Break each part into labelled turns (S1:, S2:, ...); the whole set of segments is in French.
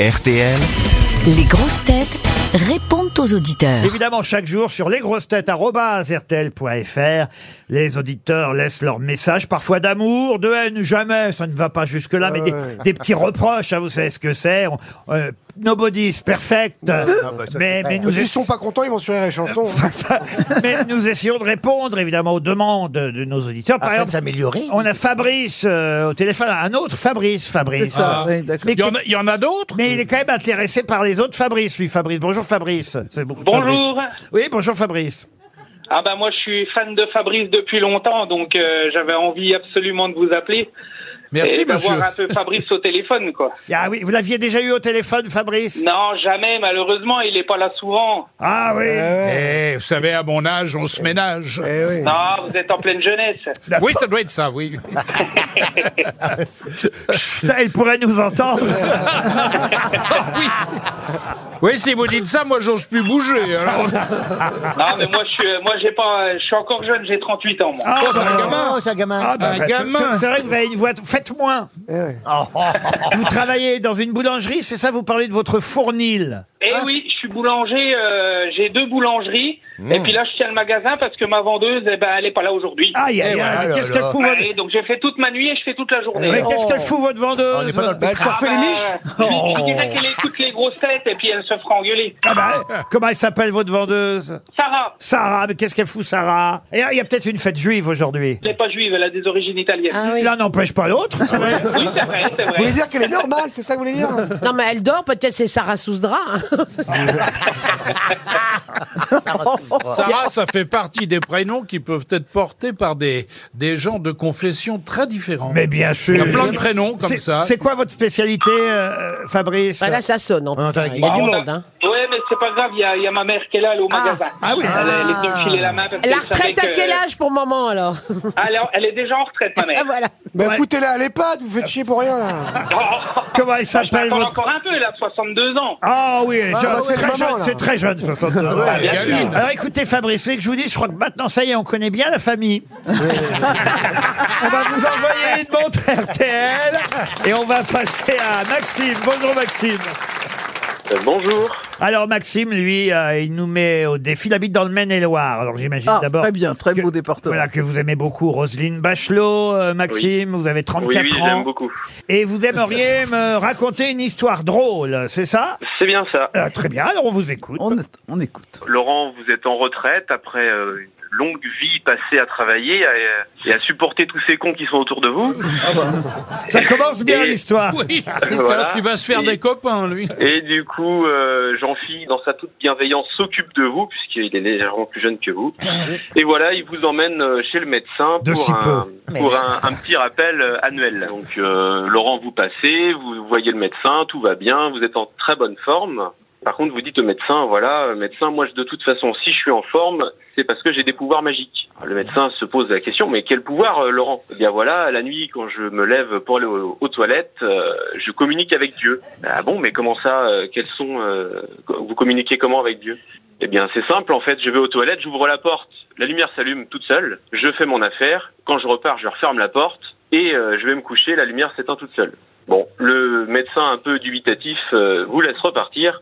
S1: RTL.
S2: Les grosses têtes répondent aux auditeurs.
S3: Évidemment, chaque jour, sur lesgrossetêtes.rtl.fr, les auditeurs laissent leurs messages, parfois d'amour, de haine, jamais, ça ne va pas jusque-là, mais des, des petits reproches, hein, vous savez ce que c'est. on- euh, nobody is perfect, mais, mais nous
S4: S'ils
S3: es-
S4: sont pas contents, ils vont sur les chansons.
S3: mais nous essayons de répondre évidemment aux demandes de nos auditeurs. Par exemple, on a Fabrice euh, au téléphone, un autre Fabrice, Fabrice.
S4: Ah.
S3: Mais,
S5: Il y en a, il y en a d'autres
S3: mais il est quand même intéressé par les autres Fabrice, lui, Fabrice. Bonjour Fabrice. C'est beaucoup de
S6: Bonjour.
S3: Fabrice. Oui, bonjour Fabrice.
S6: Ah bah moi je suis fan de Fabrice depuis longtemps, donc euh, j'avais envie absolument de vous appeler
S5: Merci,
S7: eh,
S6: et
S7: ben
S6: d'avoir un
S5: monsieur.
S6: peu Fabrice au téléphone quoi.
S3: Ah oui, vous l'aviez déjà eu au téléphone, Fabrice
S6: Non jamais, malheureusement il est pas là souvent.
S3: Ah oui.
S5: Eh, vous savez, à mon âge, on se ménage.
S7: Eh,
S6: Non, vous êtes en pleine jeunesse.
S5: Oui, ça doit être ça, oui.
S3: Putain, il pourrait nous entendre.
S5: Oui, si vous dites ça, moi, j'ose plus bouger. alors.
S6: Non mais moi je suis, moi j'ai pas, je suis encore jeune, j'ai 38 ans moi.
S3: Ah,
S5: Oh, c'est un
S3: bah,
S5: gamin.
S3: ah, bah,
S5: Un
S3: c'est-
S5: gamin.
S3: c'est- C'est vrai que vous avez une voix. Faites moins. vous travaillez dans une boulangerie, c'est ça Vous parlez de votre fournil.
S6: Et Eh oui, je suis boulanger, euh, j'ai deux boulangeries et puis là je tiens le magasin parce que ma vendeuse eh ben elle est pas là aujourd'hui.
S3: Aïe,
S5: Eh
S3: aïe, aïe. mais
S5: Ah
S3: Qu'est-ce qu'elle fout votre...
S6: Ouais, donc j'ai fait toute ma nuit et je fais toute la journée.
S5: Oh.
S3: Mais qu'est-ce qu'elle fout votre vendeuse
S4: elle se refait les
S6: bah,
S4: miches.
S6: je lui- je lui dirais qu'elle écoute les grosses têtes et puis elle se fera engueuler.
S3: Ah bah, Comment elle s'appelle votre vendeuse
S6: Sarah,
S3: Sarah, mais qu'est-ce qu'elle fout Sarah Et ah, il y a peut-être une fête juive aujourd'hui.
S6: elle n'est pas juive, elle a des origines italiennes.
S3: L'un n'empêche pas l'autre. c'est vrai.
S6: Oui, c'est vrai, c'est
S4: Ah. Vous voulez
S6: vrai.
S4: dire qu'elle est normale, c'est ça que vous voulez dire
S8: Non, mais elle dort, peut-être c'est Sarah Sousdra. hein.
S5: Sarah, ça fait partie des prénoms qui peuvent être portés par des, des gens de confessions très différentes.
S3: Mais bien
S5: Il y a
S3: sûr.
S5: plein de prénoms comme
S3: C'est-
S5: ça.
S3: C'est quoi votre spécialité, euh, Fabrice
S4: Bah,
S8: là, ça sonne. en tout cas. Il y a du monde. Hein.
S6: Ouais, mais c'est pas grave, il y, a- il y a ma mère qui est là, elle est au magasin.
S3: Ah oui.
S6: Elle, elle est venue me filer la main parce
S8: La
S6: qu'elle savait
S8: retraite à
S6: que-
S8: quel âge pour maman alors
S6: Ah, elle, est en- elle est déjà en retraite, ma mère. Oh,
S8: Ah, voilà.
S4: Ben
S3: Ouais.
S4: foutez-la à l'EHPAD, vous faites chier pour rien là.
S3: Comment elle
S6: Je
S4: Ben,
S6: m'attends
S3: s'appelle votre...
S6: encore un peu, elle a 62 ans.
S3: Ah oui, elle est
S4: Ah,
S3: jeune,
S4: bah,
S3: c'est
S4: c'est
S3: très,
S4: le moment,
S3: jeune,
S4: là.
S3: c'est très jeune, 62.
S5: Il y a
S6: bien
S5: une.
S3: Alors écoutez Fabrice, vous voulez que je vous dise, je crois que maintenant ça y est, on connaît bien la famille. on va vous envoyer une montre RTL et on va passer à Maxime. Bonjour Maxime.
S6: bonjour.
S3: Alors Maxime, lui, euh, il nous met au défi. Il habite dans le Maine-et-Loire. Alors j'imagine
S9: Ah,
S3: d'abord.
S9: très bien, très
S3: que-
S9: beau département.
S3: Voilà que vous aimez beaucoup Roselyne Bachelot, euh, Maxime. Vous avez 34 ans
S6: beaucoup.
S3: et vous aimeriez me raconter une histoire drôle, c'est ça
S6: C'est bien ça.
S3: Euh, Très bien. Alors on vous écoute.
S9: On, on écoute.
S7: Laurent, vous êtes en retraite après euh, une longue vie passée à travailler et, euh, et à supporter tous ces cons qui sont autour de vous.
S3: Ça commence bien
S7: Et-
S3: l'histoire.
S5: Oui,
S7: Voilà.
S5: il va se faire
S7: Et-
S5: des copains, lui.
S7: Et du coup, euh, Jean-Phi, dans sa toute bienveillance, s'occupe de vous puisqu'il est légèrement plus jeune que vous. Et voilà, il vous emmène euh, chez le médecin
S3: De si
S7: pour, un, pour un, un petit rappel euh, annuel. Donc, euh, Laurent, vous passez, vous voyez le médecin, tout va bien, vous êtes en très bonne forme. Par contre, vous dites au médecin, voilà, euh, médecin, moi, je- de toute façon, si je suis en forme, c'est parce que j'ai des pouvoirs magiques. Le médecin se pose la question, mais quel pouvoir, euh, Laurent Eh bien voilà, la nuit, quand je me lève pour aller au- aux toilettes, euh, je communique avec Dieu. Ah bon, mais comment ça euh, Quels sont euh, co- Vous communiquez comment avec Dieu Eh bien, c'est simple, en fait, je vais aux toilettes, j'ouvre la porte, la lumière s'allume toute seule, je fais mon affaire, quand je repars, je referme la porte, et euh, je vais me coucher, la lumière s'éteint toute seule. Bon, le médecin un peu dubitatif euh, vous laisse repartir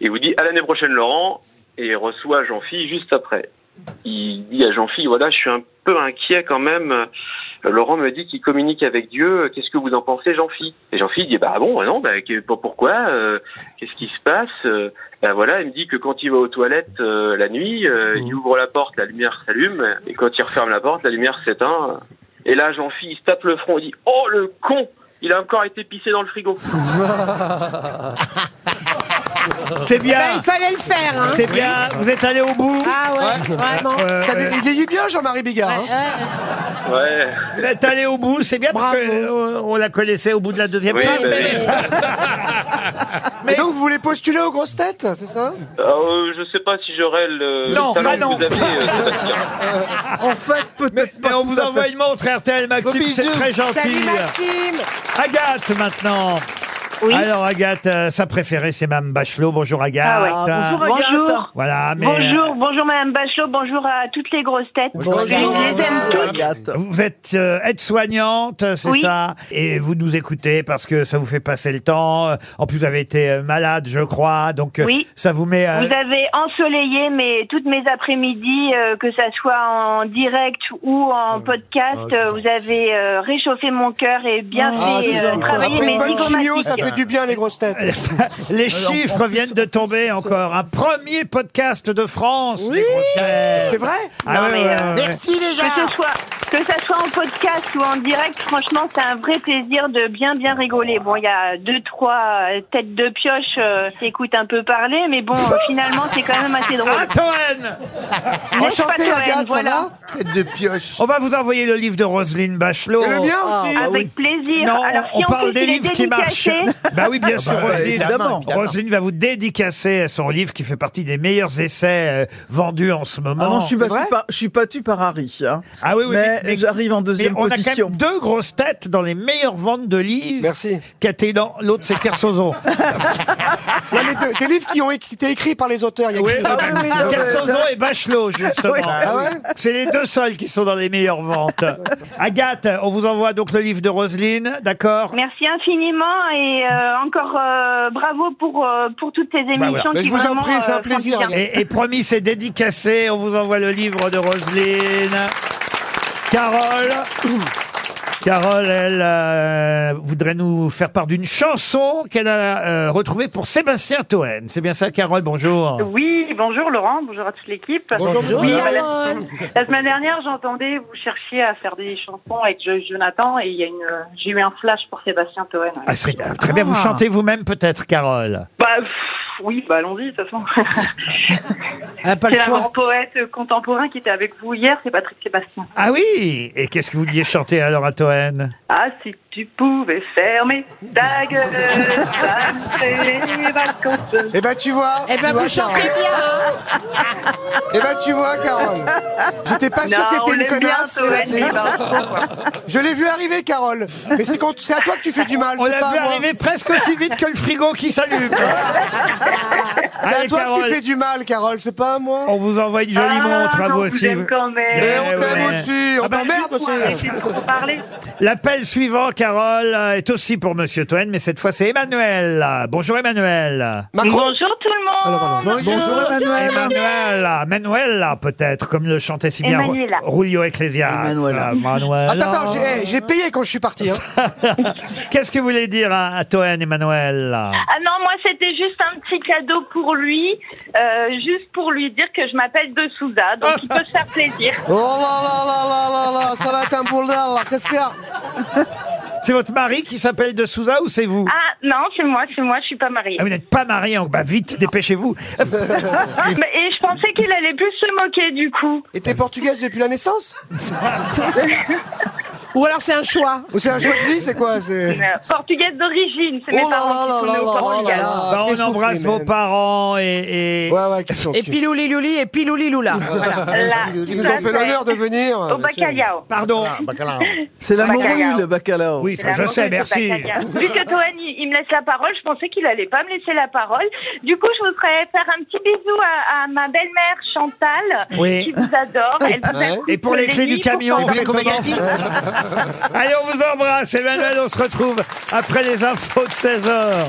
S7: et vous dit à l'année prochaine Laurent et reçoit Jean-Phi juste après. Il dit à Jean-Phi voilà je suis un peu inquiet quand même. Euh, Laurent me dit qu'il communique avec Dieu. Qu'est-ce que vous en pensez Jean-Phi Et Jean-Phi dit bah bon bah non bah que- pour- pourquoi Euh, Qu'est-ce qui se passe Euh, Bah voilà il me dit que quand il va aux toilettes euh, la nuit euh,
S3: Mmh.
S7: il ouvre la porte la lumière s'allume et quand il referme la porte la lumière s'éteint. Et là Jean-Phi il se tape le front il dit oh le con il a encore été pissé dans le frigo.
S3: C'est bien.
S8: Bah, il fallait le faire. Hein.
S3: Ah. C'est bien, vous êtes allé au bout.
S8: Ah ouais, vraiment.
S3: Euh,
S4: Ça, il vieillit bien Jean-Marie Bigard. hein.
S7: Ouais.
S3: vous êtes allé au bout, c'est bien parce que euh, on la connaissait au bout de la deuxième
S7: Oui,
S3: page.
S7: mais-
S3: mais- euh,
S4: Et donc vous voulez postuler aux grosses têtes, c'est ça
S7: Euh, je sais pas si j'aurai le
S3: Non,
S7: talent
S3: bah
S7: que
S3: non.
S7: vous avez. euh, Sébastien.
S9: En fait, peut-être
S3: mais
S9: pas.
S3: on vous
S9: tout à
S3: envoie
S9: fait.
S3: une montre RTL Maxime, c'est très gentil.
S8: Salut Maxime.
S3: Agathe maintenant.
S1: Oui.
S3: Alors Agathe, euh, sa préférée c'est Mme Bachelot. Bonjour Agathe.
S1: Ah ouais.
S9: Bonjour Agathe.
S1: Bonjour.
S3: Voilà, mais euh,
S1: Bonjour, bonjour Madame Bachelot, bonjour à toutes les grosses têtes. Je les aime toutes.
S9: Agathe.
S3: euh, vous êtes euh, aide-soignante, c'est
S1: Oui.
S3: ça Et vous nous écoutez parce que ça vous fait passer le temps. Euh, En plus, vous avez été euh, malade, je crois, donc euh,
S1: Oui.
S3: ça vous met... euh,
S1: Vous avez ensoleillé mes, toutes mes après-midi, euh, que ça soit en direct ou en podcast. euh, vous avez euh, réchauffé mon cœur et bien
S4: Ah,
S1: fait
S4: c'est
S1: euh,
S4: bon.
S1: travailler
S4: Après
S1: mes
S4: une bonne chimio, ça
S1: zygomatiques.
S4: fait du bien les grosses têtes.
S3: Les
S4: Euh,
S3: chiffres viennent de tomber encore. Un premier podcast de France. les grosses têtes.
S4: C'est vrai
S3: Ah ouais,
S1: mais,
S3: ouais,
S1: euh,
S3: ouais, ouais.
S1: Que ce soit que ça soit en podcast ou en direct, franchement, c'est un vrai plaisir de bien bien rigoler. Bon, il y a deux trois euh, têtes de pioche euh, qui écoutent un peu parler, mais bon, euh, finalement, c'est quand même assez drôle.
S3: Ah, Toen Ah,
S1: N'est-ce pas,
S4: Enchanté
S1: Cohen
S4: Agathe, ça
S1: Voilà.
S4: va
S9: Tête de pioche. Ah,
S3: On va vous envoyer le livre de Roselyne Bachelot.
S4: Et le Eh bien Ah, aussi
S1: Avec plaisir.
S3: Non,
S1: Alors, si
S3: on
S1: en
S3: parle
S1: plus,
S3: des
S1: il est
S3: livres qui marchent.
S1: dédicacé,
S3: Bah oui, bien sûr,
S9: bah,
S3: Roselyne.
S9: évidemment, évidemment.
S3: Roselyne va vous dédicacer son livre qui fait partie des meilleurs essais euh, vendus en ce moment.
S9: Ah non, je suis
S4: vrai
S9: battu par, je suis battue par Harry. hein.
S3: Ah oui, oui,
S9: mais,
S3: mais- mais-
S9: j'arrive en
S3: Mais
S9: deuxième
S3: on a quand
S9: position.
S3: même deux grosses têtes dans les meilleures ventes de livres.
S4: Merci.
S3: Catélan, l'autre c'est Kersozo.
S9: Ah
S4: Non, mais de- des livres qui ont été écrits par les auteurs. il Y a
S3: Oui,
S4: qui-
S9: Ah oui, oui, non, mais-
S3: Kersozo et Bachelot, justement.
S9: Oui. Ah
S4: Ah ouais
S3: C'est les deux seuls qui sont dans les meilleures ventes. Agathe, on vous envoie donc le livre de Roselyne, d'accord
S1: merci infiniment et euh, encore euh, bravo pour euh, pour toutes ces émissions
S3: Bah voilà.
S4: Mais
S1: qui
S4: je vous en
S1: vraiment,
S4: prie, c'est un
S1: euh, font du
S4: plaisir,
S1: bien.
S4: Agathe.
S3: Et, et promis, c'est dédicacé. On vous envoie le livre de Roselyne. Carole. Carole, elle euh, voudrait nous faire part d'une chanson qu'elle a euh, retrouvée pour Sébastien Toen. C'est bien ça, Carole Bonjour.
S10: Oui, bonjour Laurent, bonjour à toute l'équipe.
S5: Bonjour.
S10: Oui, bah, la, la semaine dernière, j'entendais vous cherchiez à faire des chansons avec Jo- Jonathan et il y a une, euh, j'ai eu un flash pour Sébastien Toen. ouais.
S3: Ah, c'est- ah, très bien, vous chantez vous-même peut-être, Carole.
S10: Bah pff, oui, bah allons-y de toute façon.
S8: Elle a pas le
S10: C'est un
S8: choix.
S10: grand poète contemporain qui était avec vous hier, c'est Patrick Sébastien.
S3: Ah oui Et qu'est-ce que vous vouliez chanter alors à Toen
S10: Ah si tu pouvais fermer ta gueule, ça me ferait les vacances.
S4: Eh ben tu vois.
S8: Eh ben,
S4: tu vois,
S8: vous chantez
S4: Carole.
S8: bien. hein.
S4: Eh ben tu vois, Carole. J'étais pas sûr
S10: Non,
S4: que
S10: on
S4: t'étais une
S10: l'aime bien,
S4: connasse. et là,
S10: Toen,
S4: c'est-
S10: il va au fond, quoi.
S4: Je l'ai vu arriver, Carole. Mais c'est quand c'est à toi que tu fais du mal.
S3: On
S4: c'est
S3: l'a
S4: pas
S3: vu
S4: à moi.
S3: arriver presque aussi vite que le frigo qui s'allume.
S4: C'est à
S3: Allez,
S4: toi que
S3: Carole,
S4: tu fais du mal, Carole. C'est pas à moi.
S3: on vous envoie une jolie
S10: Ah,
S3: montre à
S10: non, je
S3: vous aussi.
S10: vous aime quand même.
S3: Mais
S4: Et on
S3: Eh
S4: t'aime
S3: ouais.
S4: aussi. On
S3: Ah bah,
S4: t'emmerde
S10: Et
S4: aussi.
S10: puis, pour parler.
S3: L'appel suivant, Carole, euh, est aussi pour Monsieur Toen, mais cette fois c'est Emmanuel. Bonjour Emmanuel.
S4: Macron.
S1: Bonjour tout le monde.
S4: Alors, pardon.
S9: Bonjour Emmanuel.
S3: Emmanuel, Manuel peut-être, comme le chantait si bien
S10: Emmanuela.
S3: Ru- Rulio Ecclesias.
S9: Emmanuela.
S3: Euh, Manuela.
S4: Attends, attends, j'ai eh, j'ai payé quand je suis parti. hein.
S3: Qu'est-ce que vous voulez dire à, à Toen, Emmanuel
S1: Ah non, moi c'était juste un petit cadeau pour lui, euh, juste pour lui dire que je m'appelle De Souza, donc il peut se faire plaisir.
S4: Oh là là là là là là, ça va être un boulder là. Qu'est-ce qu'il y a
S3: C'est votre mari qui s'appelle De Souza ou c'est vous
S1: Ah non, c'est moi, c'est moi, je suis pas mariée.
S3: Ah, vous n'êtes pas marié, donc bah vite, dépêchez-vous.
S4: Ah,
S1: Ah, Mais- Et je pensais qu'il allait plus se moquer du coup.
S4: Et t'es portugaise depuis la naissance
S8: Ou alors c'est un choix.
S4: Ou c'est un choix de vie C'est quoi C'est.
S1: Euh, portugaise d'origine, c'est mes
S4: Oh là là là
S1: parents qui sont nés au
S4: là là
S1: Portugal.
S4: là là.
S3: Bah, on
S4: qu'est-ce qu'on
S3: embrasse
S4: fait,
S3: vos
S4: man
S3: parents et, et-
S4: Ouais, ouais, qu'ils sont
S8: Et
S4: cul.
S8: pilouli louli et pilouli loula. Voilà.
S1: Là,
S4: Ils nous ont fait l'honneur de venir.
S1: Au bacalhao.
S3: Pardon.
S7: Ah,
S9: C'est la morue,
S10: Bacalao.
S9: le bacalao.
S3: Oui, ça, je sais, merci.
S1: Vu que Toen, il il me laisse la parole, je pensais qu'il allait pas me laisser la parole. Du coup, je voudrais faire un petit bisou à, à ma belle-mère Chantal,
S3: Oui.
S1: qui vous adore. Elle vous aime
S3: Et pour
S1: toutes
S3: les clés du
S1: nuits, pour
S3: camion,
S1: faire
S3: on fait comment Allez, on vous embrasse. Emmanuel, on se retrouve après les infos de 16h.